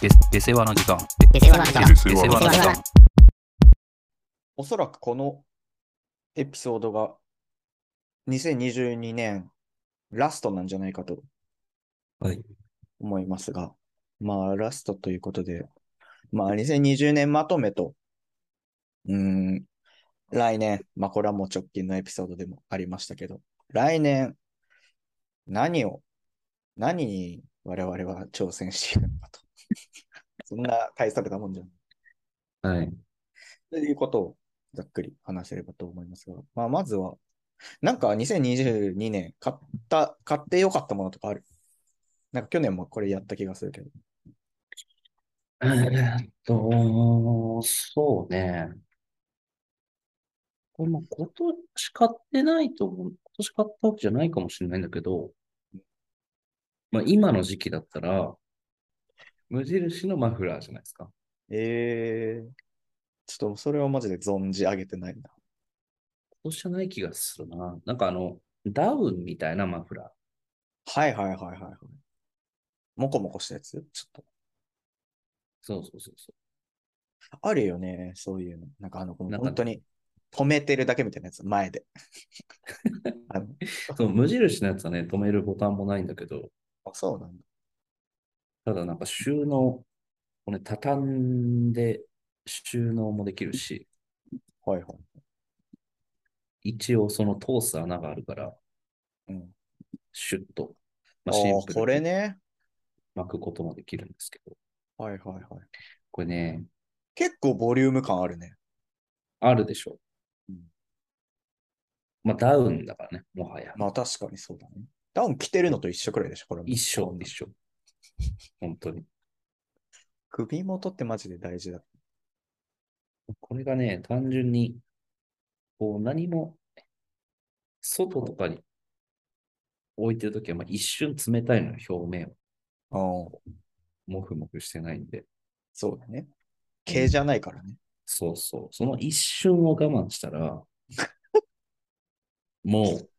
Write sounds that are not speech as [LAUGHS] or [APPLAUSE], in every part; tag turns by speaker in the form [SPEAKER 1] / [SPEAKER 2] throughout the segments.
[SPEAKER 1] で、で世話の時間。
[SPEAKER 2] デセワの時間
[SPEAKER 1] で
[SPEAKER 3] で
[SPEAKER 1] 世話の時間。
[SPEAKER 4] おそらくこのエピソードが2022年ラストなんじゃないかと
[SPEAKER 3] はい。
[SPEAKER 4] 思いますが、まあラストということで、まあ2020年まとめと、うーん、来年、まあこれはもう直近のエピソードでもありましたけど、来年、何を、何に我々は挑戦していくのかと。 [LAUGHS] そんな大されたもんじゃん。
[SPEAKER 3] はい。
[SPEAKER 4] ということをざっくり話せればと思いますが、まあまずは、なんか2022年買った、買ってよかったものとかあるなんか去年もこれやった気がするけど。
[SPEAKER 3] えーっと、そうね。これも今年買ってないと思う。今年買ったわけじゃないかもしれないんだけど、まあ今の時期だったら、無印のマフラーじゃないですか。
[SPEAKER 4] ええちょっとそれはマジで存じ上げてないな。
[SPEAKER 3] 今年じゃない気がするな。なんかあの、ダウンみたいなマフラー。
[SPEAKER 4] はいはいはいはいはい。もこもこしたやつちょっ
[SPEAKER 3] そうそうそうそ
[SPEAKER 4] と。あるよね、そういうの。なんかあの、
[SPEAKER 3] んかね
[SPEAKER 4] 本当に止めてるだけみたいなやつ、前 [LAUGHS] で。あの
[SPEAKER 3] う。そう、無印のやつはね、止めるボタンもないんだけど、
[SPEAKER 4] あそうなんだ。
[SPEAKER 3] ただなんか収納、これ畳んで収納もできるし、
[SPEAKER 4] はいはい。
[SPEAKER 3] 一応その通す穴があるから、
[SPEAKER 4] うん、
[SPEAKER 3] シュッと、
[SPEAKER 4] あ
[SPEAKER 3] まあ、シンプ
[SPEAKER 4] ーこ
[SPEAKER 3] ル
[SPEAKER 4] れ
[SPEAKER 3] に
[SPEAKER 4] ね。
[SPEAKER 3] 巻くこともできるんですけど、
[SPEAKER 4] はいはいはい。
[SPEAKER 3] これね、
[SPEAKER 4] 結構ボリューム感あるね。
[SPEAKER 3] あるでしょ
[SPEAKER 4] うん。
[SPEAKER 3] まあ、ダウンだからね、もはや。
[SPEAKER 4] まあ確かにそうだね。ダウン着てるのと一緒くらいでしょ、これも。
[SPEAKER 3] 一緒
[SPEAKER 4] こん、な
[SPEAKER 3] 一緒。本当に。
[SPEAKER 4] 首元ってマジで大事だ。
[SPEAKER 3] これがね、単純に、こう何も、外とかに置いてるときは、まあ、一瞬冷たいのよ、表面を。
[SPEAKER 4] うん。
[SPEAKER 3] もふもふしてないんで。
[SPEAKER 4] そうだね。毛じゃないからね。
[SPEAKER 3] そうそう。その一瞬を我慢し
[SPEAKER 4] [LAUGHS]
[SPEAKER 3] たら、もう、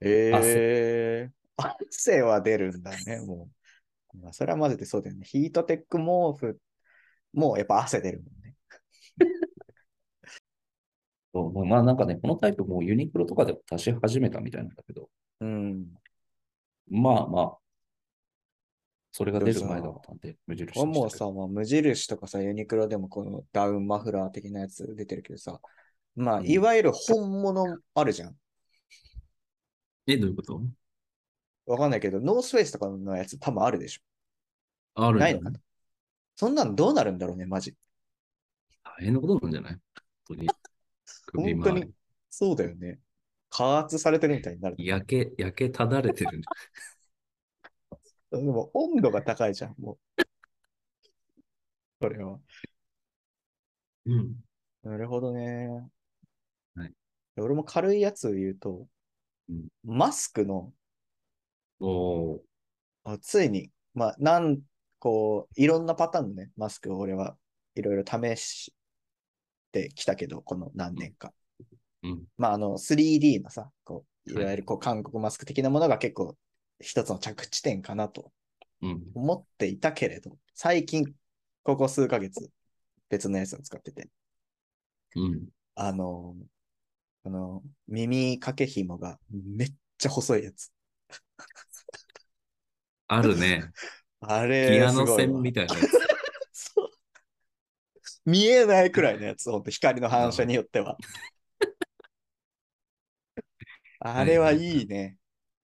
[SPEAKER 4] ええー。汗は出るんだね、もう。まあ、それはマジでそうだよね。ヒートテック毛布、もうやっぱ汗出るもんね。
[SPEAKER 3] そうもうまあなんかね、このタイプもうユニクロとかでも出し始めたみたいなんだけど、
[SPEAKER 4] うん。
[SPEAKER 3] まあまあ、それが出る前だったんで、無印
[SPEAKER 4] これ
[SPEAKER 3] にし
[SPEAKER 4] も
[SPEAKER 3] た
[SPEAKER 4] う
[SPEAKER 3] け
[SPEAKER 4] さ、
[SPEAKER 3] ど。
[SPEAKER 4] まあ、無印とかさ、ユニクロでもこのダウンマフラー的なやつ出てるけどさ、まあ、
[SPEAKER 3] うん
[SPEAKER 4] いわゆる本物あるじゃん。
[SPEAKER 5] え、どういうこと
[SPEAKER 4] わかんないけど、ノースフェイスとかのやつ多分あるでしょ
[SPEAKER 5] あるん
[SPEAKER 4] な
[SPEAKER 5] だ
[SPEAKER 4] いのかなそんなのどうなるんだろうね、マジ。
[SPEAKER 5] 大変なことなんじゃない本当に。首
[SPEAKER 4] 本当
[SPEAKER 5] 周
[SPEAKER 4] に。そうだよね。加圧されてるみたいになる。
[SPEAKER 5] り。焼け、焼けただれてる。
[SPEAKER 4] [LAUGHS] でも温度が高いじゃん、もう。それは。
[SPEAKER 5] うん。
[SPEAKER 4] なるほどね。
[SPEAKER 5] はい
[SPEAKER 4] 俺も軽いやつを言うと、
[SPEAKER 5] うん
[SPEAKER 4] マスクの、
[SPEAKER 5] おー
[SPEAKER 4] あついに、まあ、なん、こう、いろんなパターンのね、マスクを俺はいろいろ試してきたけど、この何年か。
[SPEAKER 5] うん。
[SPEAKER 4] まあ、あの、3D のさ、こう、い
[SPEAKER 5] はい
[SPEAKER 4] わゆるこう、韓国マスク的なものが結構、一つの着地点かなと
[SPEAKER 5] うん。
[SPEAKER 4] 思っていたけれど、最近、ここ数ヶ月、別のやつを使ってて、
[SPEAKER 5] うん。
[SPEAKER 4] あの、あの、耳掛け紐がめっちゃ細いやつ。
[SPEAKER 5] あるね。
[SPEAKER 4] [LAUGHS] あ
[SPEAKER 5] ピ
[SPEAKER 4] れ、
[SPEAKER 5] アノ
[SPEAKER 4] すごいわ
[SPEAKER 5] 線みたいなやつ。
[SPEAKER 4] そう見えないくらいのやつ、ほんと、光の反射によって
[SPEAKER 5] [LAUGHS]
[SPEAKER 4] は。あれはいいね。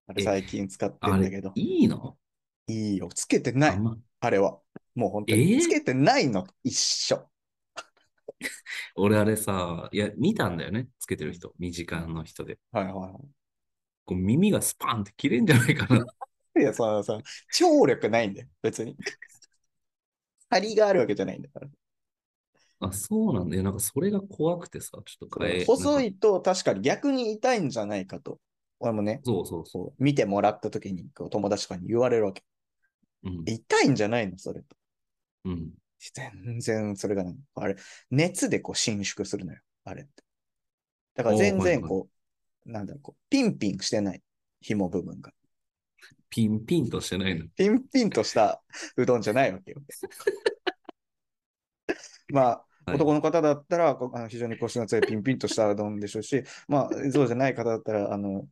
[SPEAKER 4] あれ最近使って
[SPEAKER 5] あ
[SPEAKER 4] ん
[SPEAKER 5] れ
[SPEAKER 4] だけど、。
[SPEAKER 5] いいの
[SPEAKER 4] いいよ。つけてな
[SPEAKER 5] あ
[SPEAKER 4] い
[SPEAKER 5] ん。ま
[SPEAKER 4] あれは。もう本当に。
[SPEAKER 5] えー
[SPEAKER 4] つけてないのと一緒。
[SPEAKER 5] 俺あれさ、いや、見たんだよね。つけてる人。身近の人で。
[SPEAKER 4] はいはいは
[SPEAKER 5] こう耳がスパンって切れんじゃないか
[SPEAKER 3] [LAUGHS]
[SPEAKER 5] な。
[SPEAKER 4] い。いや、そのさ、聴力ないんだよ。別に。張りがあるわけじゃないんだから。
[SPEAKER 5] あ、そうなんだよ。なんかそれが怖くてさ、ちょっと変え。
[SPEAKER 4] 細
[SPEAKER 5] なんか。
[SPEAKER 4] いと確かに逆に痛いんじゃないかと。俺もね、
[SPEAKER 5] そうそうそ
[SPEAKER 4] こう見てもらった時にこう友達とかに言われるわけ。
[SPEAKER 5] う。うん。
[SPEAKER 4] 痛いんじゃないのそれと。
[SPEAKER 5] うん。
[SPEAKER 4] 全然それがない。あれ、熱でこう伸縮するのよ。あれって。だから全然こう、なんだろう、こうピンピンしてない。紐部分が。
[SPEAKER 5] ピンピンとしてないの。
[SPEAKER 4] ピンピンとしたうどんじゃないわけよ。 [LAUGHS] まあ、
[SPEAKER 3] はい
[SPEAKER 4] 男の方だったら、こあの非常に腰の強いピンピンとした丼でしょうし、まあ、そうじゃない方だったら、あの、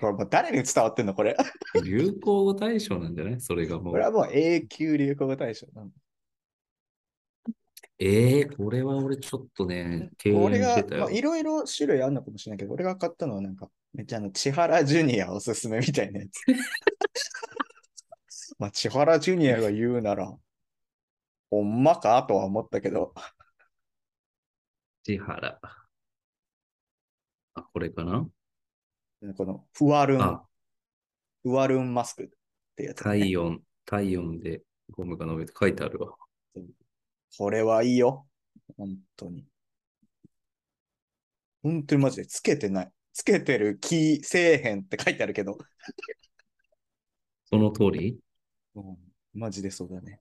[SPEAKER 4] これもう誰に伝わってんのこれ。
[SPEAKER 3] 流行語大賞なんじゃないそれがも
[SPEAKER 4] これは
[SPEAKER 3] う。
[SPEAKER 4] もう永久流行語大賞なの。
[SPEAKER 3] ええー、これは俺ちょっとね、敬遠
[SPEAKER 4] 俺
[SPEAKER 3] し
[SPEAKER 4] が
[SPEAKER 3] てた、
[SPEAKER 4] ま
[SPEAKER 3] よ
[SPEAKER 4] あ、。いろいろ種類あるのかもしれないけど、俺が買ったのはなんか、めっちゃあの、千原ジュニアおすすめみたいなやつ。 [LAUGHS] まあ、千原ジュニアが言うなら、ほんまかとは思ったけど、
[SPEAKER 3] 千原。あ、これかな
[SPEAKER 4] この、ふわるん、
[SPEAKER 3] あ、
[SPEAKER 4] ふわるんマスクってやつ、
[SPEAKER 3] 体温、体温でゴムが伸びて書いてあるわ。
[SPEAKER 4] これはいいよ。本当に。本当にマジで、つけてない。つけてる気せえへんって書いてあるけど、
[SPEAKER 3] その通り
[SPEAKER 4] うんマジでそうだね。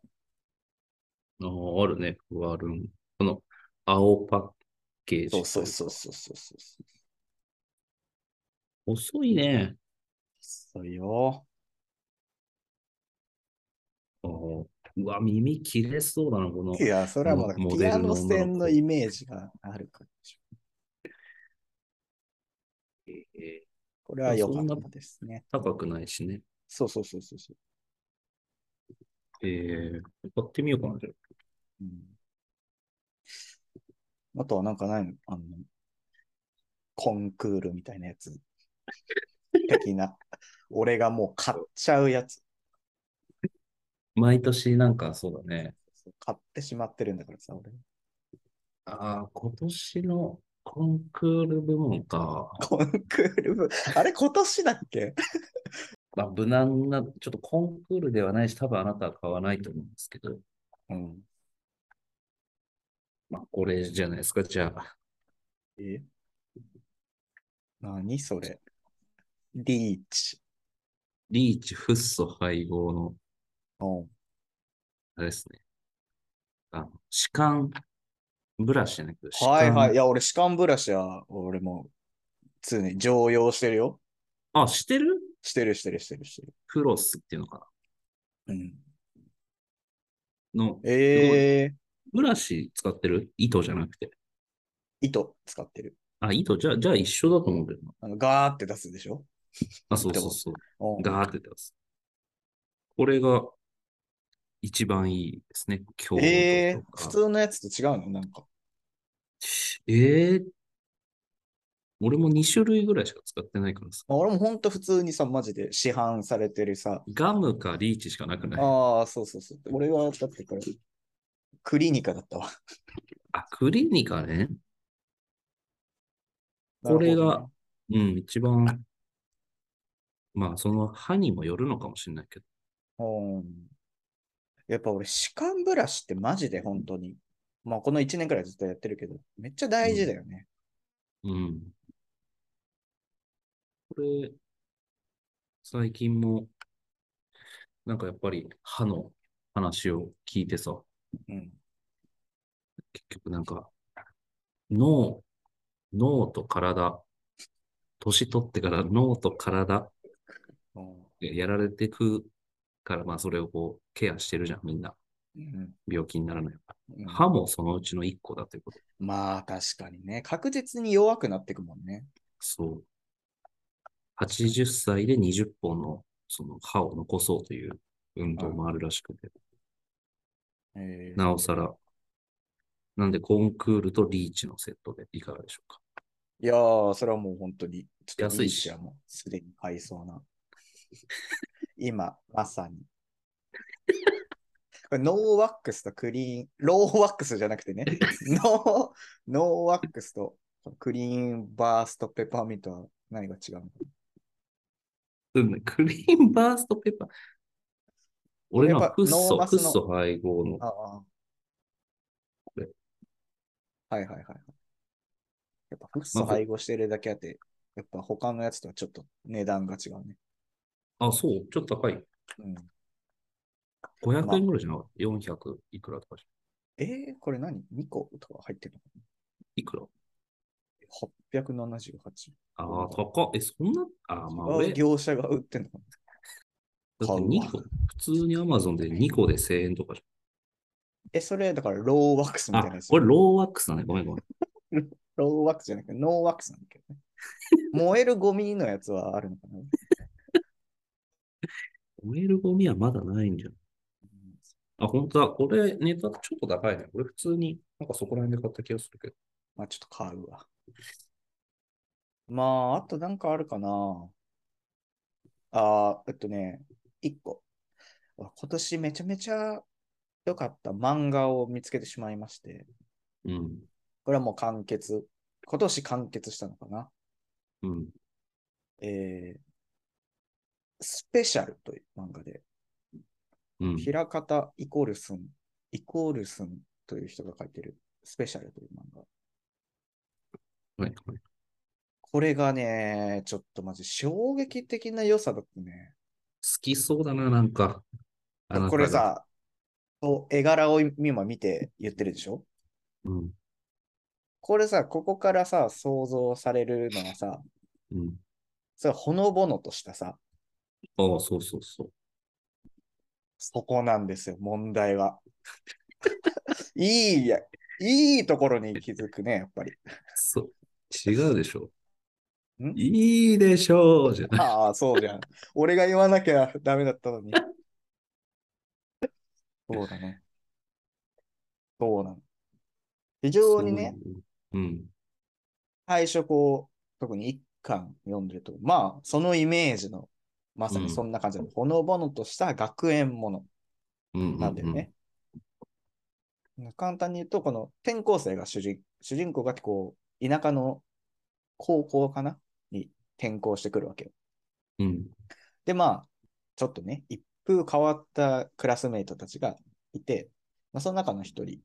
[SPEAKER 3] ああ、あるね。フワルン。この青パッケージ。
[SPEAKER 4] そうそうそうそうそうそうそう。
[SPEAKER 3] 遅いね。
[SPEAKER 4] そうよ。
[SPEAKER 3] あーうわ、耳切れそうだな、この。
[SPEAKER 4] いや、それはもう、
[SPEAKER 3] モ
[SPEAKER 4] ピアノ
[SPEAKER 3] モデルの女
[SPEAKER 4] 線
[SPEAKER 3] の子
[SPEAKER 4] のイメージがあるからでしょ。
[SPEAKER 3] えー
[SPEAKER 4] これは良か
[SPEAKER 3] そんな
[SPEAKER 4] ったですね。
[SPEAKER 3] 高くないしね。
[SPEAKER 4] そうそうそうそうそ
[SPEAKER 3] えー、買ってみようかな、じゃあ
[SPEAKER 4] う、うん。あとはなんかないのあの、コンクールみたいなやつ。 [LAUGHS] 的な。俺がもう買っちゃうやつ。
[SPEAKER 3] 毎年なんかそうだね。
[SPEAKER 4] 買ってしまってるんだからさ、俺。
[SPEAKER 3] ああ、今年のコンクール部門か。
[SPEAKER 4] コンクール部、 [LAUGHS] あれ今年だっけ
[SPEAKER 3] まあ、無難な、ちょっとコンクールではないし、多分あなたは買わないと思うんですけど、
[SPEAKER 4] うん。
[SPEAKER 3] まあ、これじゃないですか。じゃあ、
[SPEAKER 4] え何それ。リーチ。
[SPEAKER 3] リーチフッ素配合の、
[SPEAKER 4] うん。
[SPEAKER 3] あれですね。あの、歯間ブラシじゃなくて、歯
[SPEAKER 4] はいはい。い
[SPEAKER 3] 間。
[SPEAKER 4] や、俺、歯間ブラシは、俺も、常に常用してるよ。
[SPEAKER 3] あ、してる
[SPEAKER 4] してるしてるしてるしてる。
[SPEAKER 3] フロスっていうのか
[SPEAKER 4] うん、
[SPEAKER 3] なの、
[SPEAKER 4] えー、
[SPEAKER 3] ブラシ使ってる糸じゃなくて。
[SPEAKER 4] 糸使ってる。
[SPEAKER 3] あ、糸、じゃあ、じゃあ一緒だと思うけどな。
[SPEAKER 4] あのガーって出すでしょ
[SPEAKER 3] あ、そうそうそう。
[SPEAKER 4] うん
[SPEAKER 3] ガーって出す。これが一番いいですね。今日
[SPEAKER 4] えー、普
[SPEAKER 3] か。
[SPEAKER 4] 通のやつと違うのなんか。
[SPEAKER 3] えー俺も2種類ぐらいしか使ってないからさ。
[SPEAKER 4] あ俺もほんと普通にさ、マジで市販されてるさ。
[SPEAKER 3] ガムかリーチしかなくないあ
[SPEAKER 4] ああ、そうそうそう。俺は、だってこれ、クリニカだったわ。
[SPEAKER 3] クリニカね。こ
[SPEAKER 4] なるほ
[SPEAKER 3] れが
[SPEAKER 4] どね
[SPEAKER 3] うん、一番。まあ、その歯にもよるのかもしれないけど。
[SPEAKER 4] うんやっぱ俺、歯間ブラシってマジで本当に、まあこの1年くらいずっとやってるけど、めっちゃ大事だよね。
[SPEAKER 3] うん。これ、最近も、なんかやっぱり歯の話を聞いてさ、
[SPEAKER 4] うん。
[SPEAKER 3] 結局なんか、脳、脳と体、年取ってから脳と体
[SPEAKER 4] うん
[SPEAKER 3] やられてくから、まあそれをこうケアしてるじゃん、みんな。
[SPEAKER 4] うん
[SPEAKER 3] 病気にならないよう
[SPEAKER 4] うん
[SPEAKER 3] に。歯もそのうちの一個だということ。
[SPEAKER 4] まあ確かにね、確実に弱くなってくもんね。
[SPEAKER 3] そう。80歳で20本のその歯を残そうという運動もあるらしくて、
[SPEAKER 4] えー
[SPEAKER 3] なおさら。なんで、コンクールとリーチのセットでいかがでしょうか。
[SPEAKER 4] いやー、それはもう本当に、ちょっと
[SPEAKER 3] 安いし
[SPEAKER 4] リーチはもうすでに買いそうな。 [LAUGHS] 今、まさに。これノーワックスとクリーン、ローワックスじゃなくて
[SPEAKER 3] [LAUGHS]
[SPEAKER 4] ね、ノー、ノーワックスとクリーンバーストペパーミントは何が違うの
[SPEAKER 3] うんクリーンバーストペッパー。俺のはフッ
[SPEAKER 4] やっ
[SPEAKER 3] 素、
[SPEAKER 4] ぱノーマス
[SPEAKER 3] フ
[SPEAKER 4] の
[SPEAKER 3] ッ素配合の。
[SPEAKER 4] ああ。
[SPEAKER 3] れ
[SPEAKER 4] はいはいはいはい。やっぱフッ素
[SPEAKER 3] まず
[SPEAKER 4] 配合してるだけあって、やっぱ他のやつとはちょっと値段が違うね。
[SPEAKER 3] あ、そう、ちょっと高い。
[SPEAKER 4] うん、ま
[SPEAKER 3] 500
[SPEAKER 4] あ
[SPEAKER 3] 円ぐらいじゃなかった。400いくらとかじゃん
[SPEAKER 4] えー、これ何 ?2 個とか入ってる
[SPEAKER 3] いくら
[SPEAKER 4] の ?878
[SPEAKER 3] ああ、高っ。え、そんなあー、まあ、
[SPEAKER 4] あ。
[SPEAKER 3] 俺、だって
[SPEAKER 4] 業者が売ってんのか
[SPEAKER 3] 2個、普通に Amazon で2個で1000円とかじ
[SPEAKER 4] え、それ、だから、ローワックスみたい
[SPEAKER 3] あ
[SPEAKER 4] なや、つ。
[SPEAKER 3] これローワックスだね。ごめんごめん。
[SPEAKER 4] ローワックスじゃなくて、ノーワックスなんだけどね。燃えるゴミのやつはあるのかな
[SPEAKER 3] 燃えるゴミはまだないんじゃん。あ、本当だ。これ、ネタちょっと高いね。これ普通に、なんかそこら辺で買った気がするけど。
[SPEAKER 4] まあ、ちょっと買うわ。まあ、あとなんかあるかな。あー、えっとね、一個。今年めちゃめちゃ良かった漫画を見つけてしまいまして、
[SPEAKER 3] うん。
[SPEAKER 4] これはもう完結、今年完結したのかな。
[SPEAKER 3] うん。
[SPEAKER 4] えー、スペシャルという漫画で、
[SPEAKER 3] うん。
[SPEAKER 4] 平方イコールスン、イコールスンという人が書いてるスペシャルという漫画。
[SPEAKER 3] はいはい
[SPEAKER 4] これがね、ちょっとマジ衝撃的な良さだったね。
[SPEAKER 3] 好きそうだな、なんか。あなたが
[SPEAKER 4] これ。さ、こう絵柄を今見て言ってるでしょ
[SPEAKER 3] うん。
[SPEAKER 4] これさ、ここからさ、想像されるのはさ、
[SPEAKER 3] うん。
[SPEAKER 4] それほのぼのとしたさ、
[SPEAKER 3] ああ、そうそうそう。
[SPEAKER 4] そこなんですよ、問題
[SPEAKER 3] [LAUGHS]
[SPEAKER 4] は。いいや、いいところに気づくね、やっぱ
[SPEAKER 3] [LAUGHS]
[SPEAKER 4] り。
[SPEAKER 3] そう。違うでしょ。
[SPEAKER 4] ん
[SPEAKER 3] いいでしょうじゃない。
[SPEAKER 4] ああ、そうじゃん。俺が言わなきゃダメだったのに。そうだね。そうなの。非常にね、
[SPEAKER 3] そういう。うん。
[SPEAKER 4] 最初こう、特に一巻読んでると、まあ、そのイメージの、まさにそんな感じの、ほのぼのとした学園もの
[SPEAKER 3] うんうん
[SPEAKER 4] なんだよね。簡単に言うと、この転校生が主人主人公がこう、田舎の高校かなに転校してくるわけよ。
[SPEAKER 3] うん。
[SPEAKER 4] で、まあ、ちょっとね、一風変わったクラスメイトたちがいて、まあ、その中の一人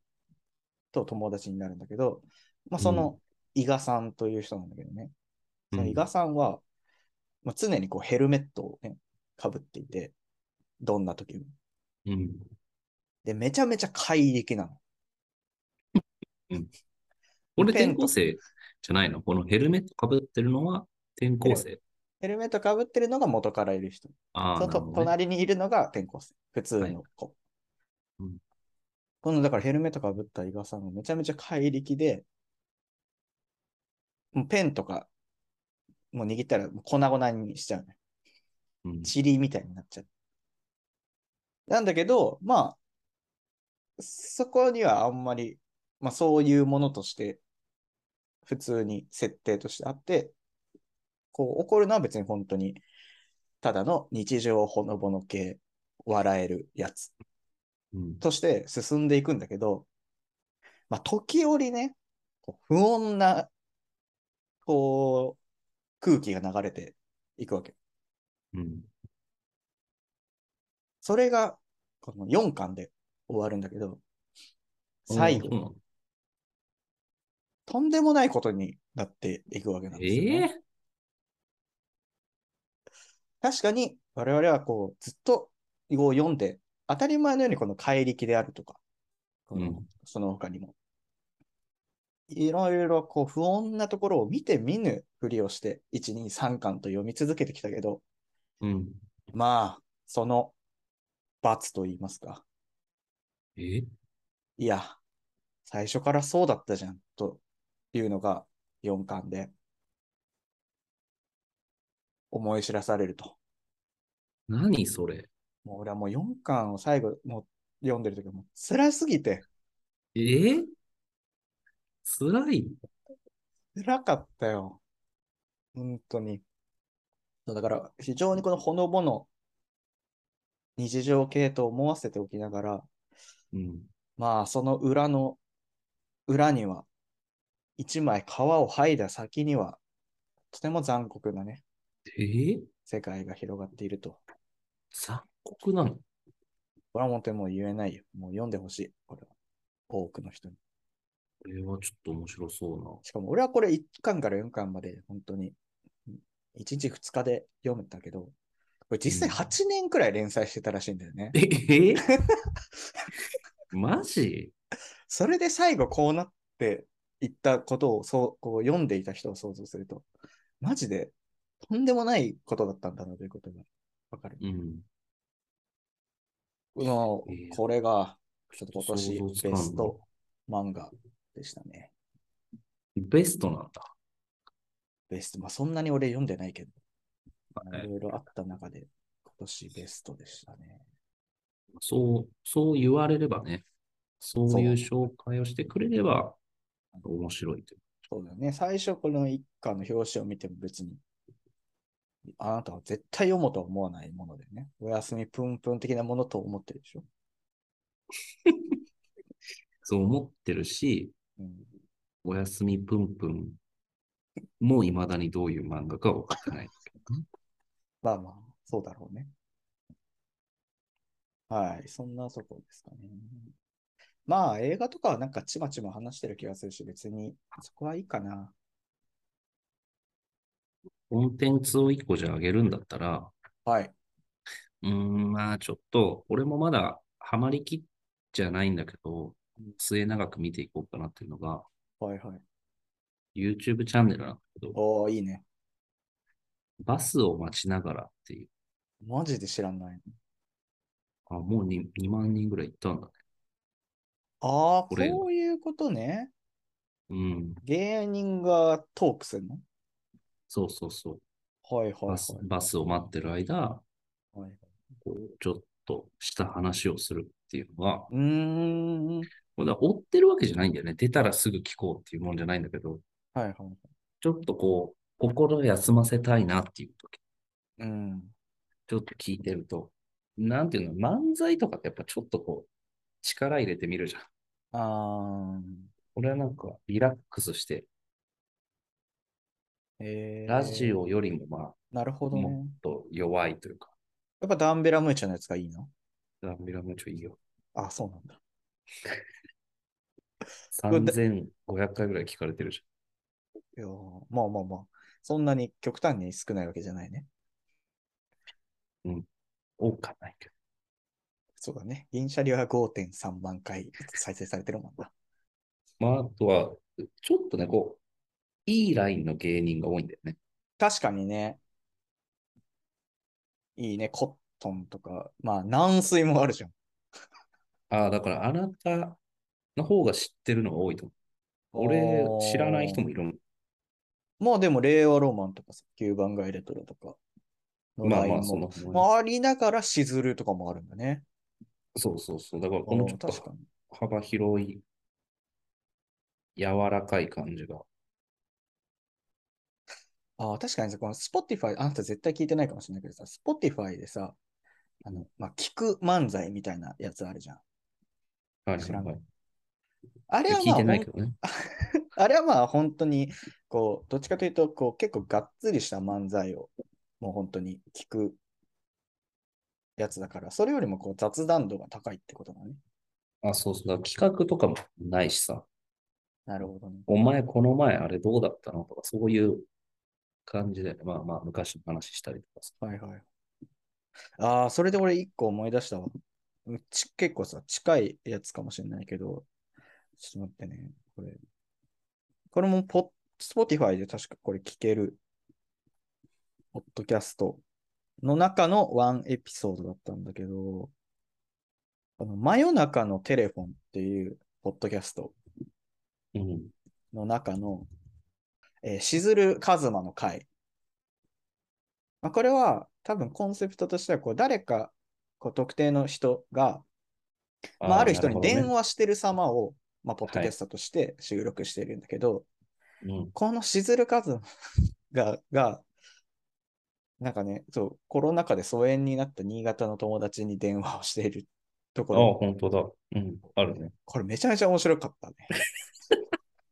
[SPEAKER 4] と友達になるんだけど、まあ、その伊賀さんという人なんだけどね、
[SPEAKER 3] うん
[SPEAKER 4] その伊賀さんは、まあ、常にこうヘルメットをね、かぶっていて、どんな時も。
[SPEAKER 3] うん。
[SPEAKER 4] で、めちゃめちゃ怪力なの。
[SPEAKER 3] これ
[SPEAKER 4] ペン
[SPEAKER 3] 転校生じゃないのこのヘルメットかぶってるのは転校生。
[SPEAKER 4] ヘルメットかぶってるのが元からいる人。
[SPEAKER 3] ああ、
[SPEAKER 4] その
[SPEAKER 3] なる
[SPEAKER 4] と
[SPEAKER 3] ほどね。
[SPEAKER 4] 隣にいるのが転校生。普通
[SPEAKER 3] はい
[SPEAKER 4] の子。
[SPEAKER 3] うん
[SPEAKER 4] このだからヘルメットかぶった伊賀さんがめちゃめちゃ怪力で、もうペンとか、もう握ったらもう粉々にしちゃうね。
[SPEAKER 3] うん
[SPEAKER 4] 塵みたいになっちゃう。なんだけど、まあ、そこにはあんまり、まあそういうものとして、普通に設定としてあって、こう、起こるのは別に本当に、ただの日常ほのぼの系、笑えるやつ
[SPEAKER 3] うん。
[SPEAKER 4] として進んでいくんだけど、まあ、時折ね、こう不穏な、こう、空気が流れていくわけ。
[SPEAKER 3] うん。
[SPEAKER 4] それが、この4巻で終わるんだけど、最後、
[SPEAKER 3] 後。
[SPEAKER 4] とんでもないことになっていくわけなんですよ、
[SPEAKER 3] え
[SPEAKER 4] ね。
[SPEAKER 3] え
[SPEAKER 4] 確かに、我々はこう、ずっと、こう読んで、当たり前のようにこの怪力であるとか、この
[SPEAKER 3] うん
[SPEAKER 4] その他にも、いろいろこう、不穏なところを見て見ぬふりをして、1、2、3巻と読み続けてきたけど、
[SPEAKER 3] うん。
[SPEAKER 4] まあ、その、罰と言いますか。
[SPEAKER 3] ええ
[SPEAKER 4] いや、最初からそうだったじゃん、というのが4巻で、思い知らされると。
[SPEAKER 3] 何それ
[SPEAKER 4] もう俺はもう4巻を最後、もう読んでる時はもう辛すぎて、
[SPEAKER 3] ええ辛い
[SPEAKER 4] 辛かったよ。本当に。そうだから、非常にこのほのぼの日常系と思わせておきながら、
[SPEAKER 3] うん。
[SPEAKER 4] まあ、その裏の、裏には、一枚皮を剥いだ先には、とても残酷なね、
[SPEAKER 3] ええ
[SPEAKER 4] 世界が広がっていると。
[SPEAKER 3] 残酷なの
[SPEAKER 4] これは本当にもう言えないよ。もう読んでほしい。これは。多くの人に。
[SPEAKER 3] これはちょっと面白そ
[SPEAKER 4] しかも俺はこれ1巻から4巻まで本当に1日2日で読めたけど、これ実
[SPEAKER 3] うん
[SPEAKER 4] 際8年くらい連載してたらしいんだよね。
[SPEAKER 3] うな。え [LAUGHS] えマジ
[SPEAKER 4] それで最後こうなっていったことをそうこう読んでいた人を想像すると、マジでとんでもないことだったんだなということがわかる。
[SPEAKER 3] うん。
[SPEAKER 4] も
[SPEAKER 3] ええ
[SPEAKER 4] うこれがちょっと今年
[SPEAKER 3] 想像つかん
[SPEAKER 4] ベ
[SPEAKER 3] な
[SPEAKER 4] スト漫画でしたね。
[SPEAKER 3] ベストなんだ。
[SPEAKER 4] ベスト。まあそんなに俺読んでないけど、
[SPEAKER 3] え
[SPEAKER 4] いろいろあった中で今年ベストでしたね。
[SPEAKER 3] そう、そう言われればね、そういう紹介をしてくれれば面白いという。
[SPEAKER 4] そうだよね。最初この一巻の表紙を見ても別に、あなたは絶対読もうとは思わないものでね。お休みぷんぷん的なものと思ってるでしょ。
[SPEAKER 3] そう思ってるし、
[SPEAKER 4] うん、
[SPEAKER 3] おやすみぷんぷんもいまだにどういう漫画か分からない。
[SPEAKER 4] まあまあ、そうだろうね。はい。そんなとこですかね。まあ映画とかはなんかちまちま話してる気がするし、別にそこはいいかな。
[SPEAKER 3] コンテンツを1個じゃあげるんだったら、
[SPEAKER 4] はい。
[SPEAKER 3] うーん、まあちょっと、俺もまだハマりきっじゃないんだけど、末永く見ていこうかなっていうのが、
[SPEAKER 4] はいはい。
[SPEAKER 3] YouTube チャンネルなんだけど、
[SPEAKER 4] おー、いいね。
[SPEAKER 3] バスを待ちながらっていう、
[SPEAKER 4] マジで知らない。
[SPEAKER 3] あ、もう 2, 2万人ぐらい行ったんだね。
[SPEAKER 4] ああ、
[SPEAKER 3] これ
[SPEAKER 4] こういうことね。
[SPEAKER 3] うん、
[SPEAKER 4] 芸人がトークするの
[SPEAKER 3] そうそうそう。
[SPEAKER 4] はいはいは
[SPEAKER 3] バ
[SPEAKER 4] い。
[SPEAKER 3] スバスを待ってる間、
[SPEAKER 4] はいはい
[SPEAKER 3] こうちょっとした話をするっていうのは、
[SPEAKER 4] うーん。
[SPEAKER 3] これは追ってるわけじゃないんだよね。出たらすぐ聞こうっていうもんじゃないんだけど、
[SPEAKER 4] はいはい。
[SPEAKER 3] ちょっとこう、心休ませたいなっていう時、
[SPEAKER 4] うん。
[SPEAKER 3] ちょっと聞いてると、なんていうの、漫才とかってやっぱちょっとこう、力入れてみるじゃん。
[SPEAKER 4] あ
[SPEAKER 3] 俺はなんかリラックスして、
[SPEAKER 4] ー。えー、
[SPEAKER 3] ラジ。オよりもま
[SPEAKER 4] なるほ
[SPEAKER 3] あ、
[SPEAKER 4] どね。
[SPEAKER 3] もっと弱いというか、
[SPEAKER 4] やっぱダンベラムーチャのやつがいいの
[SPEAKER 3] ランビラムチョいいよ。
[SPEAKER 4] あ、そうなんだ。
[SPEAKER 3] 3500回ぐらい聞かれてるじ
[SPEAKER 4] いやーまあまあまあ。そんなに極端に少ないわけじゃないね。
[SPEAKER 3] ゃん。多かないけど。
[SPEAKER 4] そうだね。銀シャリは5.3万回再生されてるもんな。
[SPEAKER 3] まあ、あとは、ちょっとね、こう、いいラインの芸人が多いんだよね。
[SPEAKER 4] 確かにね。いいね。コットンとか。まあ、軟水もあるじゃん。
[SPEAKER 3] ああ、だからあなたの方が知ってるのが多いと思う。俺、知らない人もいるもん。
[SPEAKER 4] まあでも、令和ロマンとかさ、旧番街レトロとかの
[SPEAKER 3] ま
[SPEAKER 4] ラ
[SPEAKER 3] あ
[SPEAKER 4] イン
[SPEAKER 3] まあ、
[SPEAKER 4] も
[SPEAKER 3] その、
[SPEAKER 4] まあ、ありながらしずるとかもあるんだね。
[SPEAKER 3] そうそうそう。だから、この
[SPEAKER 4] あー
[SPEAKER 3] ちょっと
[SPEAKER 4] 確かに。
[SPEAKER 3] 幅広い、柔らかい感じが。
[SPEAKER 4] ああ、確かにさ、この Spotify、あなた絶対聞いてないかもしれないけどさ、Spotify でさ、あの、まあ、聞く漫才みたいなやつあるじゃん。
[SPEAKER 3] はい
[SPEAKER 4] 知らん
[SPEAKER 3] はい。
[SPEAKER 4] あれは
[SPEAKER 3] 聞
[SPEAKER 4] ま
[SPEAKER 3] い
[SPEAKER 4] あ、
[SPEAKER 3] てない
[SPEAKER 4] ほん
[SPEAKER 3] けどね。
[SPEAKER 4] [LAUGHS] あれはまあ本当に、こう、どっちかというと、こう、結構がっつりした漫才を、もう本当に聞くやつだから、それよりもこう雑談度が高いってことだね。
[SPEAKER 3] あ、そうそう。だから企画とかもないしさ。
[SPEAKER 4] なるほどね。
[SPEAKER 3] お前、この前、あれどうだったのとか、そういう感じで、まあまあ、昔の話したりとかさ。
[SPEAKER 4] はいはい。ああ、それで俺一個思い出したわ。うち結構さ、近いやつかもしれないけど、ちょっと待ってね。これ。これもポッ、Spotify で確かこれ聞ける、ポッドキャストの中のワンエピソードだったんだけど、あの、真夜中のテレフォンっていうポッドキャスト
[SPEAKER 3] うん。
[SPEAKER 4] の中の、えーしずるかずまの会。まあ、これは多分コンセプトとしてはこう誰かこう特定の人が、まあ、ある人に電話してる様を、まあ、ポッドキャストとして収録してるんだけど、
[SPEAKER 3] うん。
[SPEAKER 4] このしずるかずまが、が、なんかね、そう、コロナ禍で疎遠になった新潟の友達に電話をしているとこ
[SPEAKER 3] ああ、
[SPEAKER 4] ろ、
[SPEAKER 3] 本当だ。うん。あるね。
[SPEAKER 4] これめちゃめちゃ面白かったね。 [LAUGHS]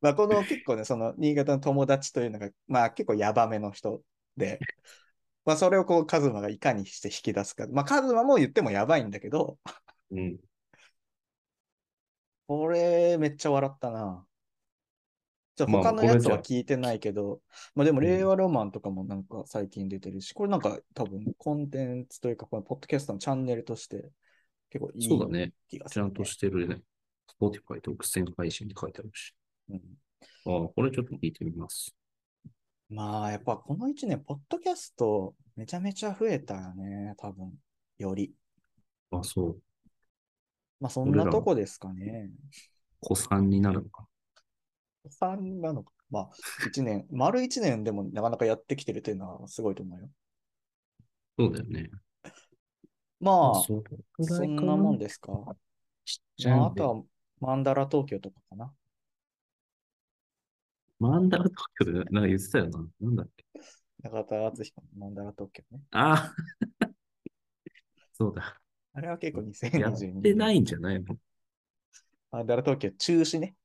[SPEAKER 4] まあこの結構ね、その新潟の友達というのが、まあ結構ヤバめの人で、 [LAUGHS] まあそれをこうカズマがいかにして引き出すか。まあカズマも言ってもやばいんだけど、
[SPEAKER 3] うん。
[SPEAKER 4] これめっちゃ笑ったな。ちょっと
[SPEAKER 3] まあ
[SPEAKER 4] 他のやつ
[SPEAKER 3] これ
[SPEAKER 4] は
[SPEAKER 3] じゃ
[SPEAKER 4] 聞いてないけど、まあでも
[SPEAKER 3] うん
[SPEAKER 4] 令和ロマンとかもなんか最近出てるし、これなんか多分コンテンツというか、このポッドキャストのチャンネルとして結構いい
[SPEAKER 3] そうだね。
[SPEAKER 4] 気がす
[SPEAKER 3] ち
[SPEAKER 4] る
[SPEAKER 3] ゃ
[SPEAKER 4] ね、
[SPEAKER 3] んとしてるね。Spotify 独占配信って書いてあるし。
[SPEAKER 4] うん
[SPEAKER 3] ああ、これちょっと聞いてみます。
[SPEAKER 4] まあ、やっぱこの1年、ポッドキャストめちゃめちゃ増えたよね、多分、より。
[SPEAKER 3] あ、そう。
[SPEAKER 4] まあそんなとこですかね。
[SPEAKER 3] 子さんになるのか。
[SPEAKER 4] 3なのか。まあ、1年、 [LAUGHS] 丸1年でもなかなかやってきてるというのはすごいと思うよ。
[SPEAKER 3] そうだよね。
[SPEAKER 4] まあ、
[SPEAKER 3] それぐ
[SPEAKER 4] そ
[SPEAKER 3] らい
[SPEAKER 4] ん
[SPEAKER 3] か
[SPEAKER 4] なもんですか。
[SPEAKER 3] ちっちゃい
[SPEAKER 4] ま
[SPEAKER 3] んで
[SPEAKER 4] あ、あとは、マンダラ東京とかかな。
[SPEAKER 3] マンダラ東京でなんか言ってたよな。なんだっけ。
[SPEAKER 4] 中田敦彦のマンダラ東京ね。
[SPEAKER 3] ああ。 [LAUGHS] そ
[SPEAKER 4] [LAUGHS]
[SPEAKER 3] うだ。
[SPEAKER 4] あれは結構
[SPEAKER 3] やっ
[SPEAKER 4] 2022。
[SPEAKER 3] てないいんじゃないの
[SPEAKER 4] マンダラ東京中止ね。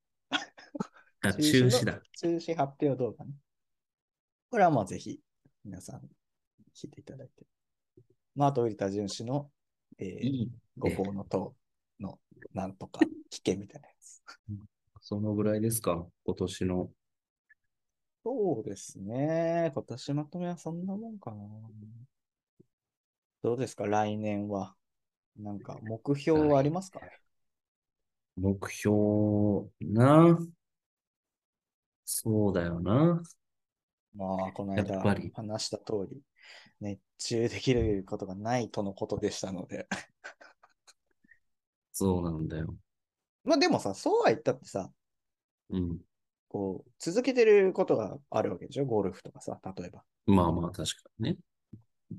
[SPEAKER 3] あ、
[SPEAKER 4] 中止
[SPEAKER 3] 中
[SPEAKER 4] の
[SPEAKER 3] 止だ。
[SPEAKER 4] 中止発表動画ね。これはまあぜひ、皆さん、聞いていただいて。まあ、あと、瓜田淳氏の、えー
[SPEAKER 3] いい。
[SPEAKER 4] ごぼうの塔のなんとか、危険みたいなやつ。
[SPEAKER 3] そのぐらいですか。今年の。
[SPEAKER 4] そうですね。今年まとめはそんなもんかな。どうですか、来年は。なんか、目標はありますか
[SPEAKER 3] 目標な。そうだよな。
[SPEAKER 4] まあ、この
[SPEAKER 3] やっぱ
[SPEAKER 4] 間
[SPEAKER 3] り
[SPEAKER 4] 話した通り、熱中できることがないとのことでしたので。
[SPEAKER 3] そうなんだよ。
[SPEAKER 4] まあ、でもさ、そうは言ったってさ、
[SPEAKER 3] うん。
[SPEAKER 4] こう、続けてることがあるわけでしょゴルフとかさ、例えば。
[SPEAKER 3] まあまあ、確かにね。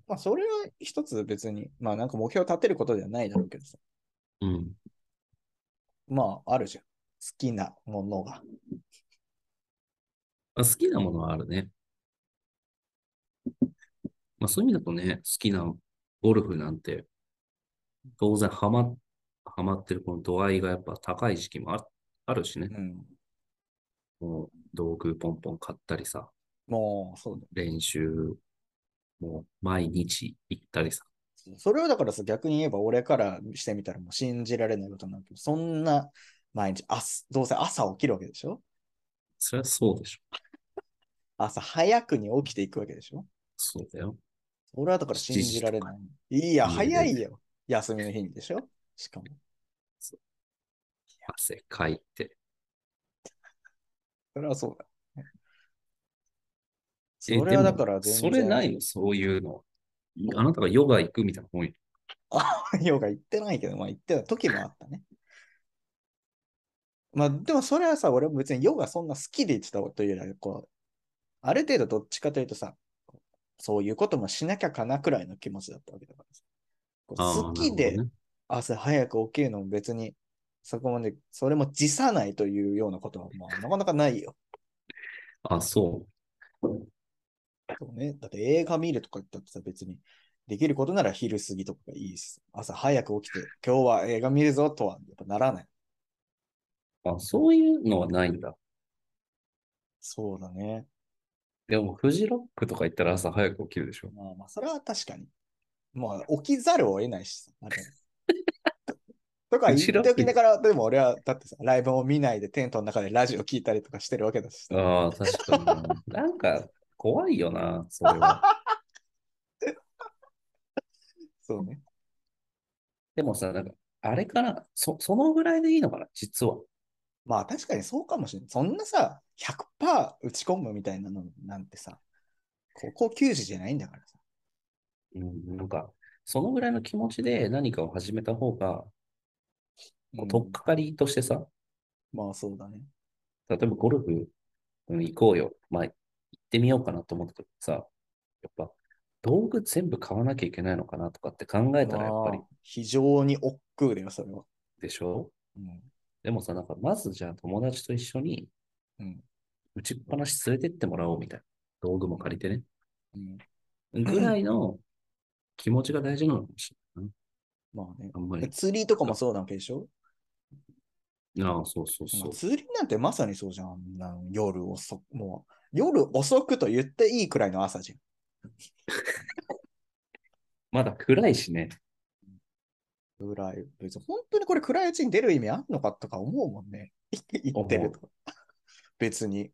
[SPEAKER 4] まあ、それは一つ別に、まあ、なんか目標を立てることではないだろうけどさ。
[SPEAKER 3] うん。
[SPEAKER 4] まあ、あるじゃん。好きなものが。
[SPEAKER 3] あ、好きなものはあるね。まあそういう意味だとね、好きなゴルフなんて、当然ハマ、ハマってるこの度合いがやっぱ高い時期もあ、あるしね
[SPEAKER 4] う。ん。
[SPEAKER 3] もう道具ポンポン買ったりさ、
[SPEAKER 4] もう、そうだよ
[SPEAKER 3] 練習もう毎日行ったりさ。
[SPEAKER 4] それをだからさ、逆に言えば俺からしてみたらもう信じられないことになるけど、そんな毎日朝、どうせ朝起きるわけでしょ
[SPEAKER 3] そりゃそうでしょ。
[SPEAKER 4] 朝早くに起きていくわけでしょ
[SPEAKER 3] そうだよ。
[SPEAKER 4] 俺はだから信じられない。いや、早いよ。休みの日にでしょしかも。
[SPEAKER 3] 汗かいて。
[SPEAKER 4] それはそうだ。そ
[SPEAKER 3] え
[SPEAKER 4] れは
[SPEAKER 3] で
[SPEAKER 4] だ
[SPEAKER 3] も
[SPEAKER 4] から全然。
[SPEAKER 3] それないの、そういうの。あなたがヨガ行くみたいな本よ。
[SPEAKER 4] ヨガ行ってないけど、まあ行ってた時もあったね。まあでもそれはさ、俺も別にヨガそんな好きで言ってたというよりは、こう、ある程度どっちかというとさ、そういうこともしなきゃかなくらいの気持ちだったわけだからさ。こう
[SPEAKER 3] あー
[SPEAKER 4] 好き
[SPEAKER 3] なる
[SPEAKER 4] で
[SPEAKER 3] ほどね
[SPEAKER 4] 朝早く起きるのも別に、そこまで、それも辞さないというようなことは、まあなかなかないよ。
[SPEAKER 3] あ、そう。
[SPEAKER 4] そうね。だって映画見るとか言ったってさ、別に、できることなら昼過ぎとかがいいし、朝早く起きて、今日は映画見るぞとは、やっぱならない。
[SPEAKER 3] あ、そういうのはないんだ。
[SPEAKER 4] そうだね。
[SPEAKER 3] でも、フジロックとか行ったら朝早く起きるでしょ。
[SPEAKER 4] まあまあ、それは確かに。まあ、起きざるを得ないしさ。あれ
[SPEAKER 3] [LAUGHS]
[SPEAKER 4] とか言っておきながら、でも俺は、だってさ、ライブを見ないでテントの中でラジオ聞いたりとかしてるわけだしさ。
[SPEAKER 3] ああ、確かにな。
[SPEAKER 4] [LAUGHS]
[SPEAKER 3] なんか、怖いよな、それは。 [LAUGHS]
[SPEAKER 4] そうね。
[SPEAKER 3] でもさ、なんか、あれかな、そ、そのぐらいでいいのかな、実は。
[SPEAKER 4] まあ確かにそうかもしれない。そんなさ、100%打ち込むみたいなのなんてさ、高校球児じゃないんだからさ。
[SPEAKER 3] うん、なんか、そのぐらいの気持ちで何かを始めた方が、こう、とっかかりとしてさ、
[SPEAKER 4] うんまあそうだね。
[SPEAKER 3] 例えばゴルフ、うん行こうよ、まあ、行ってみようかなと思った時さ、やっぱ、道具全部買わなきゃいけないのかなとかって考えたら、やっぱり
[SPEAKER 4] まあ、非常に億劫だよ、それは。
[SPEAKER 3] でしょ
[SPEAKER 4] うん。
[SPEAKER 3] でもさ、なんか、まずじゃあ友達と一緒に、
[SPEAKER 4] うん。
[SPEAKER 3] 打ちっぱなし連れてってもらおうみたいな。道具も借りてね。
[SPEAKER 4] うん、
[SPEAKER 3] ぐらいの気持ちが大事なのかもしれない
[SPEAKER 4] まあね。
[SPEAKER 3] な。あんま
[SPEAKER 4] で
[SPEAKER 3] り。
[SPEAKER 4] 釣りとかもそうなわけでしょ
[SPEAKER 3] ああ、そうそう
[SPEAKER 4] ま
[SPEAKER 3] そ
[SPEAKER 4] あ
[SPEAKER 3] う。
[SPEAKER 4] 釣りなんてまさにそうじゃん。あんな夜遅く、もう、夜遅くと言っていいくらいの朝じゃん。
[SPEAKER 3] まだ暗いしね。
[SPEAKER 4] ぐらい。別に本当にこれ暗いうちに出る意味あんのかとか思うもんね。 [LAUGHS] 言ってると。 [LAUGHS] 別に。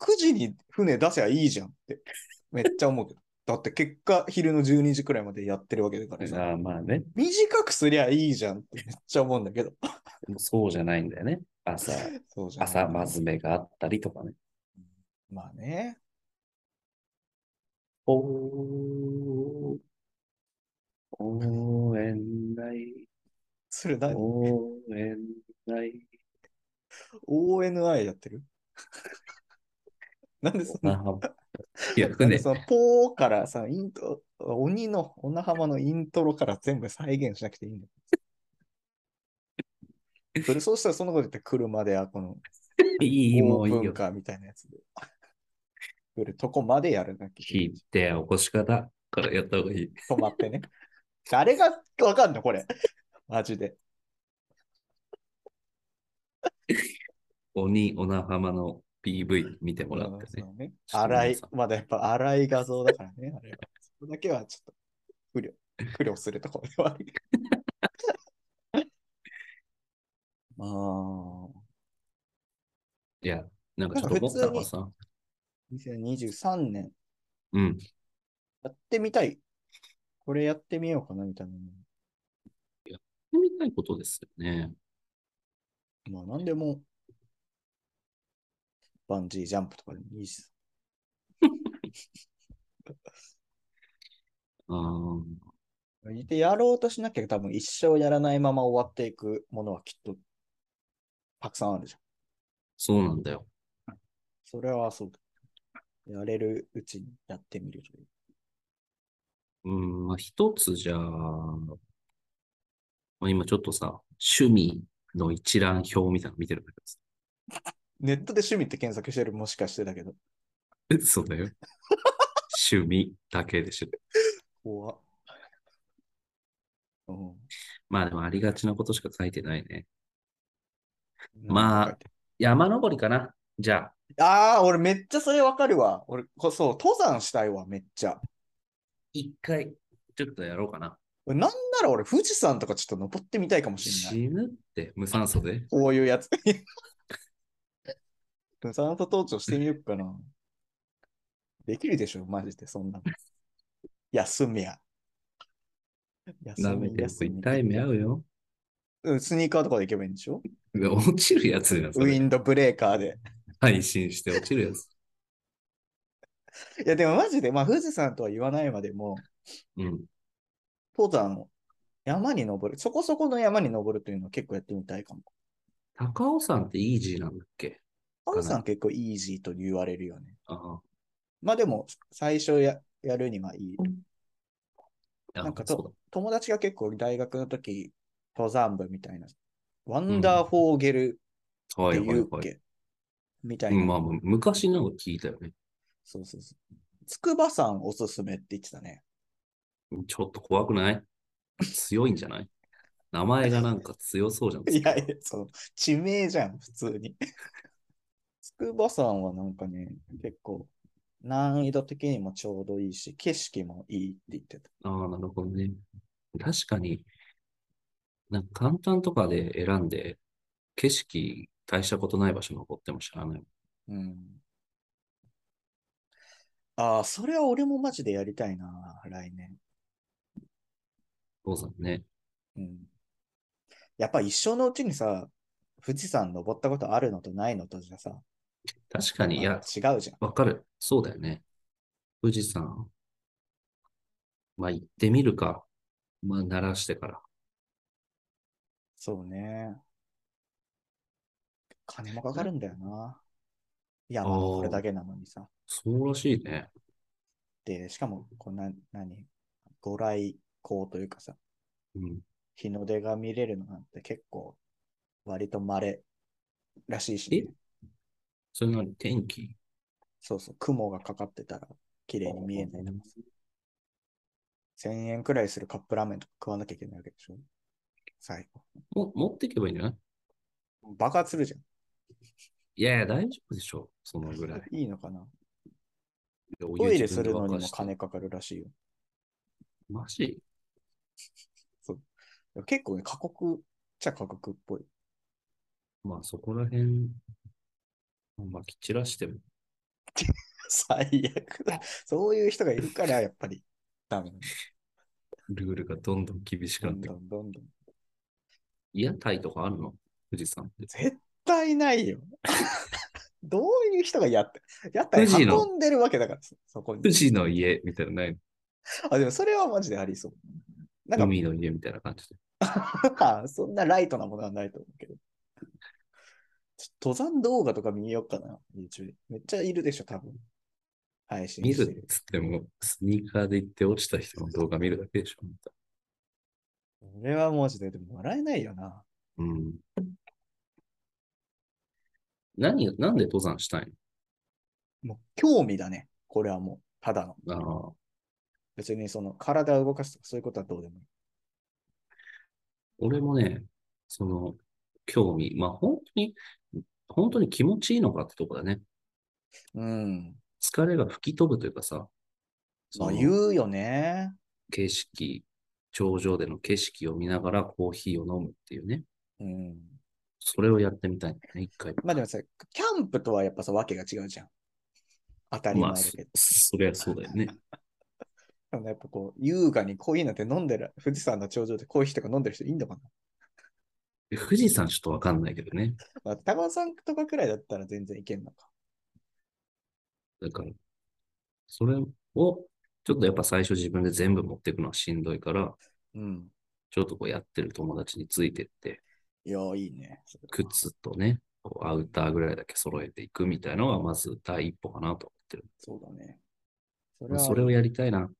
[SPEAKER 4] 9時に船出せばいいじゃんって。めっちゃ思うけど。 [LAUGHS] だって結果、昼の12時くらいまでやってるわけだからさ。
[SPEAKER 3] ああまあね。
[SPEAKER 4] 短くすりゃいいじゃんってめっちゃ思うんだけど。
[SPEAKER 3] でもそうじゃないんだよね。
[SPEAKER 4] [LAUGHS]
[SPEAKER 3] 朝、
[SPEAKER 4] そうじゃん。
[SPEAKER 3] 朝まず目があったりとかね。
[SPEAKER 4] まあね。
[SPEAKER 3] おー、応援ない。
[SPEAKER 4] それ何
[SPEAKER 3] 応援ない。
[SPEAKER 4] ?ONI やってる [LAUGHS] なんでそんな
[SPEAKER 3] なはいや、
[SPEAKER 4] なん
[SPEAKER 3] ね
[SPEAKER 4] で、そのポーからさ、イント鬼の女浜のイントロから全部再現しなくていいんだよ。それそうしたらそのこと言って車であこの
[SPEAKER 3] いい、もういい
[SPEAKER 4] オープン
[SPEAKER 3] よ。
[SPEAKER 4] カーみたいなやつで。来るとこまでやるなきゃいけない
[SPEAKER 3] 聞いて、起こし方からやった方がいい。
[SPEAKER 4] 止まってね。誰がわかんのこれ。マジで。
[SPEAKER 3] 鬼、小名浜の PV 見てもらってね。
[SPEAKER 4] そうね
[SPEAKER 3] ちょっと
[SPEAKER 4] 荒
[SPEAKER 3] 皆
[SPEAKER 4] い
[SPEAKER 3] さん、
[SPEAKER 4] まだやっぱ荒い画像だからね。
[SPEAKER 3] [LAUGHS]
[SPEAKER 4] あれはそれだけはちょっと不慮、 [LAUGHS] 不慮するところではある。
[SPEAKER 3] [LAUGHS]
[SPEAKER 4] あー
[SPEAKER 3] いや、なんかちょっと
[SPEAKER 4] なんか普
[SPEAKER 3] 思っ
[SPEAKER 4] 通に
[SPEAKER 3] たのはさ、
[SPEAKER 4] 2023年、
[SPEAKER 3] うん、
[SPEAKER 4] やってみたい。これやってみようかなみたいな。
[SPEAKER 3] みたいことですよね。
[SPEAKER 4] まあ、なんでも、バンジージャンプとかでもいいし。
[SPEAKER 3] あー
[SPEAKER 4] で、やろうとしなきゃ多分一生やらないまま終わっていくものはきっとたくさんあるじゃん。
[SPEAKER 3] そうなんだよ。
[SPEAKER 4] それはそうだ。やれるうちにやってみるという。
[SPEAKER 3] うん、まあ、一つじゃあ、まあ、今ちょっとさ、趣味の一覧表みたいなの見てるんだけどさ
[SPEAKER 4] ネットで趣味って検索してるもしかしてだけど。
[SPEAKER 3] そうだよ。
[SPEAKER 4] [LAUGHS]
[SPEAKER 3] 趣味だけでしょ。
[SPEAKER 4] 怖っ。うん
[SPEAKER 3] まあでもありがちなことしか書いてないね。
[SPEAKER 4] なんか書いて
[SPEAKER 3] 山登りかなじゃあ、
[SPEAKER 4] ああ、俺めっちゃそれわかるわ。俺こそ、登山したいわ、めっちゃ。
[SPEAKER 3] 一回、ちょっとやろうかな。
[SPEAKER 4] なんなら俺、富士山とかちょっと登ってみたいかもしれない。
[SPEAKER 3] 死ぬって、無酸素で。
[SPEAKER 4] こういうやつ。酸素登頂してみようかな。できるでしょ、マジで、そんなの。休みや。休
[SPEAKER 3] 舐めてると痛い目合うよ。
[SPEAKER 4] うんスニーカーとかで行けばいいんでしょ
[SPEAKER 3] うわ落ちるやつじゃん、そ
[SPEAKER 4] ウ
[SPEAKER 3] れ
[SPEAKER 4] ィンドブレーカーで。
[SPEAKER 3] 配信して落ちるやつ。
[SPEAKER 4] いや、でもマジで、まあ、富士山とは言わないまでも、
[SPEAKER 3] うん。
[SPEAKER 4] 登山を、山に登る、そこそこの山に登るというのを結構やってみたいかも。
[SPEAKER 3] 高尾山ってイージーなんだっけ
[SPEAKER 4] 高尾山結構イージーと言われるよね。
[SPEAKER 3] ああ。
[SPEAKER 4] まあでも、最初ややるにはいい。
[SPEAKER 3] あ
[SPEAKER 4] なんか
[SPEAKER 3] そうだ
[SPEAKER 4] と。友達が結構大学の時、登山部みたいな、ワンダーフォーゲルっ
[SPEAKER 3] は
[SPEAKER 4] て
[SPEAKER 3] いはい
[SPEAKER 4] いうっ
[SPEAKER 3] はい。
[SPEAKER 4] けみたい
[SPEAKER 3] う
[SPEAKER 4] な。
[SPEAKER 3] ん、まあ、昔なんか聞いたよね。
[SPEAKER 4] そうそうそう。筑波山おすすめって言ってたね。
[SPEAKER 3] ちょっと怖くない強いんじゃない名前がなんか強そうじゃん。
[SPEAKER 4] いやいや、そう、地名じゃん、普通に。 [LAUGHS] 筑波山はなんかね、結構難易度的にもちょうどいいし、景色もいいって言ってた。
[SPEAKER 3] ああ、なるほどね。確かに、なんか簡単とかで選んで、景色大したことない場所残っても知らない。
[SPEAKER 4] うん。ああ、それは俺もマジでやりたいな、来年。
[SPEAKER 3] そうだね。
[SPEAKER 4] うん。やっぱ一生のうちにさ、富士山登ったことあるのとないのとじゃさ、
[SPEAKER 3] 確かに、い
[SPEAKER 4] ま
[SPEAKER 3] や
[SPEAKER 4] あ、違うじゃん。
[SPEAKER 3] わかる。そうだよね。富士山。まあ行ってみるか。まあ鳴らしてから。
[SPEAKER 4] そうね。金もかかるんだよな。山登るだけなのにさ。
[SPEAKER 3] そうらしいね。
[SPEAKER 4] で、しかも、こんな、何、ご来光というかさ、
[SPEAKER 3] うん。
[SPEAKER 4] 日の出が見れるのなんて結構、割と稀らしいし、ね、
[SPEAKER 3] それなりに天気。
[SPEAKER 4] そうそう、雲がかかってたら、綺麗に見えないとかさ。1000円くらいするカップラーメンとか食わなきゃいけないわけでしょ。最
[SPEAKER 3] も、持っていけばいいんじゃない
[SPEAKER 4] 後。爆発するじゃん。
[SPEAKER 3] いやいや、大丈夫でしょ。そのぐ
[SPEAKER 4] [LAUGHS]
[SPEAKER 3] らい。
[SPEAKER 4] いいのかな
[SPEAKER 3] お湯
[SPEAKER 4] トイレ
[SPEAKER 3] 自
[SPEAKER 4] す
[SPEAKER 3] 分で
[SPEAKER 4] るのに
[SPEAKER 3] 沸か
[SPEAKER 4] も
[SPEAKER 3] して
[SPEAKER 4] 金かかるらしいよ。
[SPEAKER 3] マジ
[SPEAKER 4] でも結構ね、過酷っちゃ過酷っぽい。
[SPEAKER 3] まあそこら辺、まき散らしても、
[SPEAKER 4] 最悪だ。そういう人がいるから、やっぱり、ダメなんだ。
[SPEAKER 3] ルールがどんどん厳しく
[SPEAKER 4] ど
[SPEAKER 3] なっ
[SPEAKER 4] ん
[SPEAKER 3] てく
[SPEAKER 4] ど
[SPEAKER 3] る。
[SPEAKER 4] んどんどん。
[SPEAKER 3] 屋台とかあるの富士山って。
[SPEAKER 4] 絶対ないよ。 [LAUGHS] どういう人がやって、やったら
[SPEAKER 3] 富士の
[SPEAKER 4] 運んでるわけだから、そそこに。
[SPEAKER 3] 富士の家みたいなのない
[SPEAKER 4] あ、でもそれはマジでありそう。な
[SPEAKER 3] の
[SPEAKER 4] んか、
[SPEAKER 3] 海の家みたいな感じで。
[SPEAKER 4] [LAUGHS] そんなライトなものはないと思うけど。ちょ登山動画とか見ようかな、YouTube で。めっちゃいるでしょ、多分。配信
[SPEAKER 3] 見
[SPEAKER 4] して
[SPEAKER 3] るっ
[SPEAKER 4] る。
[SPEAKER 3] つっても、スニーカーで行って落ちた人の動画見るだけでしょ。
[SPEAKER 4] 俺はマジで、でも笑えないよな。
[SPEAKER 3] うん。何、なんで登山したい
[SPEAKER 4] もう興味だね。これはもう、ただの。
[SPEAKER 3] のああ
[SPEAKER 4] 別にその体を動かすとかそういうことはどうでもいい。
[SPEAKER 3] 俺もね、その、興味。まあ、本当に、本当に気持ちいいのかってとこだね。
[SPEAKER 4] うん。
[SPEAKER 3] 疲れが吹き飛ぶというかさ、
[SPEAKER 4] まあ
[SPEAKER 3] の
[SPEAKER 4] 言うよね。
[SPEAKER 3] 景色、頂上での景色を見ながらコーヒーを飲むっていうね。
[SPEAKER 4] うん。
[SPEAKER 3] それをやってみたいんだよね、一回。
[SPEAKER 4] まあでもさ、キャンプとはやっぱさ、わけが違うじゃん。当たり前
[SPEAKER 3] まあ、
[SPEAKER 4] だ
[SPEAKER 3] そ
[SPEAKER 4] けど。
[SPEAKER 3] そりゃそうだよね。
[SPEAKER 4] でもやっぱこう、優雅にコーヒーなんて飲んでる、富士山の頂上でコーヒーとか飲んでる人いいんだかな。
[SPEAKER 3] 富士山ちょっとわかんないけどね。
[SPEAKER 4] まあ、高尾さんとかくらいだったら全然いけんのか。
[SPEAKER 3] だから、それを、ちょっとやっぱ最初自分で全部持っていくのはしんどいから、
[SPEAKER 4] うん。
[SPEAKER 3] ちょっとこうやってる友達についてって、
[SPEAKER 4] いや、いいね。それは
[SPEAKER 3] 靴とね、こうアウターぐらいだけ揃えていくみたいなのがまず第一歩かなと思ってる。
[SPEAKER 4] そうだね。そ
[SPEAKER 3] まあそれをやりたいな。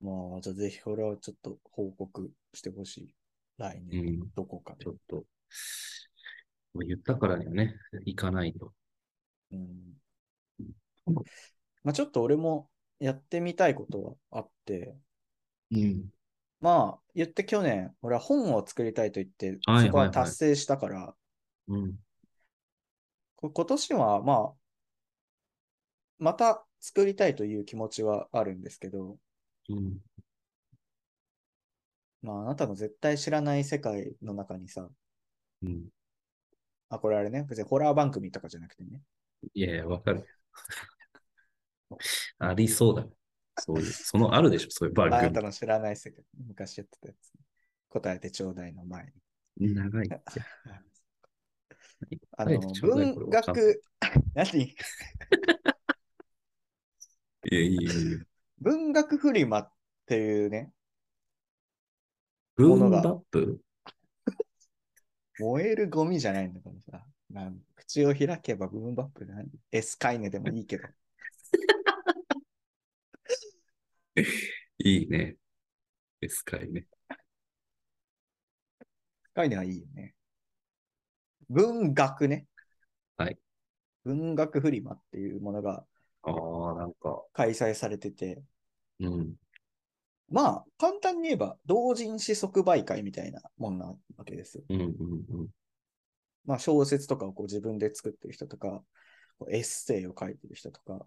[SPEAKER 4] まあ、じゃあぜひこれをちょっと報告してほしい。来
[SPEAKER 3] う
[SPEAKER 4] 年、
[SPEAKER 3] ん、
[SPEAKER 4] どこかで
[SPEAKER 3] ちょ。っと、まあ言ったからにはね、行かないと。
[SPEAKER 4] うん。まあ、ちょっと俺もやってみたいことはあって、
[SPEAKER 3] うん。
[SPEAKER 4] まあ、言って去年、俺は本を作りたいと言って、
[SPEAKER 3] はい
[SPEAKER 4] そこははい
[SPEAKER 3] はい
[SPEAKER 4] 達成したから、
[SPEAKER 3] うん。
[SPEAKER 4] こ今年は、まあ、また作りたいという気持ちはあるんですけど、
[SPEAKER 3] うん。
[SPEAKER 4] まあ、あなたの絶対知らない世界の中にさ、
[SPEAKER 3] うん、
[SPEAKER 4] あ、これあれね、別にホラー番組とかじゃなくてね、
[SPEAKER 3] いやいや、わかる。 [LAUGHS] ありそうだね。そういう、そのあるでしょ、そういう
[SPEAKER 4] あ
[SPEAKER 3] 番
[SPEAKER 4] な
[SPEAKER 3] 組
[SPEAKER 4] た。の知らない世界、昔やってたやつ、答えてちょうだいの前に。 [LAUGHS]
[SPEAKER 3] 長い。
[SPEAKER 4] あ
[SPEAKER 3] 答え
[SPEAKER 4] の、
[SPEAKER 3] てちょうだい
[SPEAKER 4] 文
[SPEAKER 3] これわかんない
[SPEAKER 4] 学、 [LAUGHS] 何
[SPEAKER 3] いやいやいや。
[SPEAKER 4] 文学フリマっていうね、
[SPEAKER 3] ブ
[SPEAKER 4] も
[SPEAKER 3] ー
[SPEAKER 4] の
[SPEAKER 3] ム
[SPEAKER 4] が
[SPEAKER 3] バップ
[SPEAKER 4] 燃えるゴミじゃないんだからさ、なん口を開けばブームバップで何エスカイネでもいいけど、
[SPEAKER 3] いいね。エスカイね。
[SPEAKER 4] 深いのはいいよね。文学ね。
[SPEAKER 3] はい。
[SPEAKER 4] 文学フリマっていうものが
[SPEAKER 3] ああ、なんか、
[SPEAKER 4] 開催されてて、
[SPEAKER 3] うん。
[SPEAKER 4] まあ、簡単に言えば、同人誌即売会みたいなもんなわけですよ。
[SPEAKER 3] うんうんうん。
[SPEAKER 4] まあ、小説とかをこう自分で作ってる人とか、こうエッセイを書いてる人とか、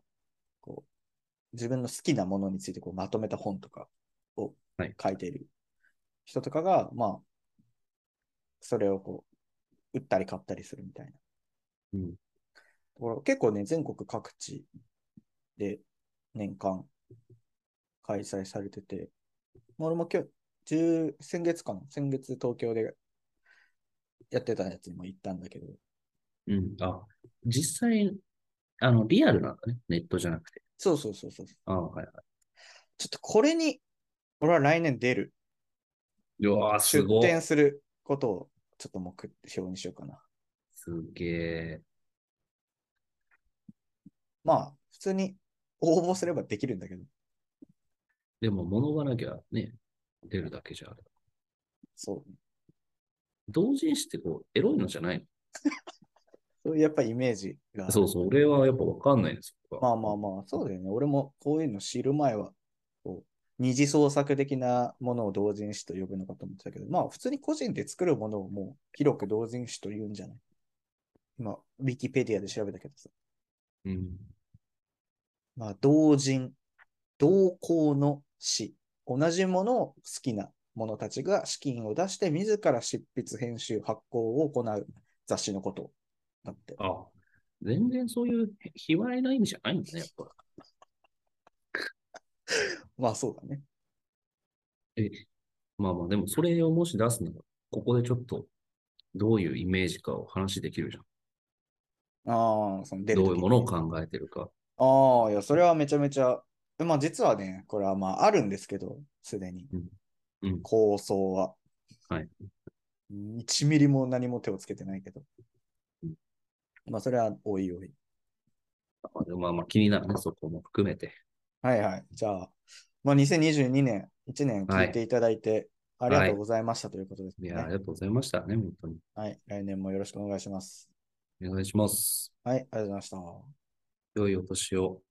[SPEAKER 4] こう自分の好きなものについてこうまとめた本とかを
[SPEAKER 3] はい
[SPEAKER 4] 書いてる人とかが、まあ、それをこう、売ったり買ったりするみたいな。
[SPEAKER 3] うん
[SPEAKER 4] ところ結構ね、全国各地で年間開催されてて、俺も今日、10先月かな先月東京でやってたやつにも行ったんだけど、
[SPEAKER 3] うん。あ、実際、あの、リアルなんだね。ネットじゃなくて。
[SPEAKER 4] そうそうそうそう。
[SPEAKER 3] ああ、はいは
[SPEAKER 4] ちょっとこれに、俺は来年出る。
[SPEAKER 3] い。うわーす
[SPEAKER 4] 出
[SPEAKER 3] ごい。
[SPEAKER 4] 展することをちょっと目標にしようかな。
[SPEAKER 3] すげえ。
[SPEAKER 4] まあ、普通に応募すればできるんだけど、
[SPEAKER 3] でも、物がなきゃね、出るだけじゃあれ。
[SPEAKER 4] そう。
[SPEAKER 3] 同人誌ってこう、エロいのじゃない
[SPEAKER 4] そういうやっぱイメージがあ
[SPEAKER 3] の
[SPEAKER 4] る。
[SPEAKER 3] そうそう。俺はやっぱわかんないんですよ。
[SPEAKER 4] まあまあまあ、そうだよね。俺もこういうの知る前は、こう二次創作的なものを同人誌と呼ぶのかと思ってたけど、まあ普通に個人で作るものをもう広く同人誌と言うんじゃない今、ウィキペディアで調べたけどさ。
[SPEAKER 3] うん。
[SPEAKER 4] まあ同人、同行の詩。同じものを好きな者たちが資金を出して自ら執筆、編集、発行を行う雑誌のことだって。
[SPEAKER 3] あ、全然そういうへ卑猥な意味じゃないんだね、やっぱ。
[SPEAKER 4] まあそうだね。
[SPEAKER 3] え、まあまあ、でもそれをもし出すなら、ここでちょっと、どういうイメージかを話できるじゃん。
[SPEAKER 4] ああ、その出る時
[SPEAKER 3] どういう
[SPEAKER 4] に
[SPEAKER 3] ものを考えてるか。
[SPEAKER 4] ああ、いや、それはめちゃめちゃ、まあ実はね、これはまああるんですけど、すでに。
[SPEAKER 3] うんうん
[SPEAKER 4] 構想は。
[SPEAKER 3] はい
[SPEAKER 4] 1ミリも何も手をつけてないけど
[SPEAKER 3] うん。
[SPEAKER 4] まあ、それはおいおい。
[SPEAKER 3] まあでもまあまあ気になるね、そこも含めて。
[SPEAKER 4] はいはい。じゃあ、まあ、2022年、1年聞いていただいて、ありがとうございましたということです
[SPEAKER 3] い
[SPEAKER 4] ね。
[SPEAKER 3] や、ありがとうございましたね、本当に。
[SPEAKER 4] はい。来年もよろしくお願いします。
[SPEAKER 3] お願いします。
[SPEAKER 4] はい、ありがとうございました。
[SPEAKER 3] 良いお年を。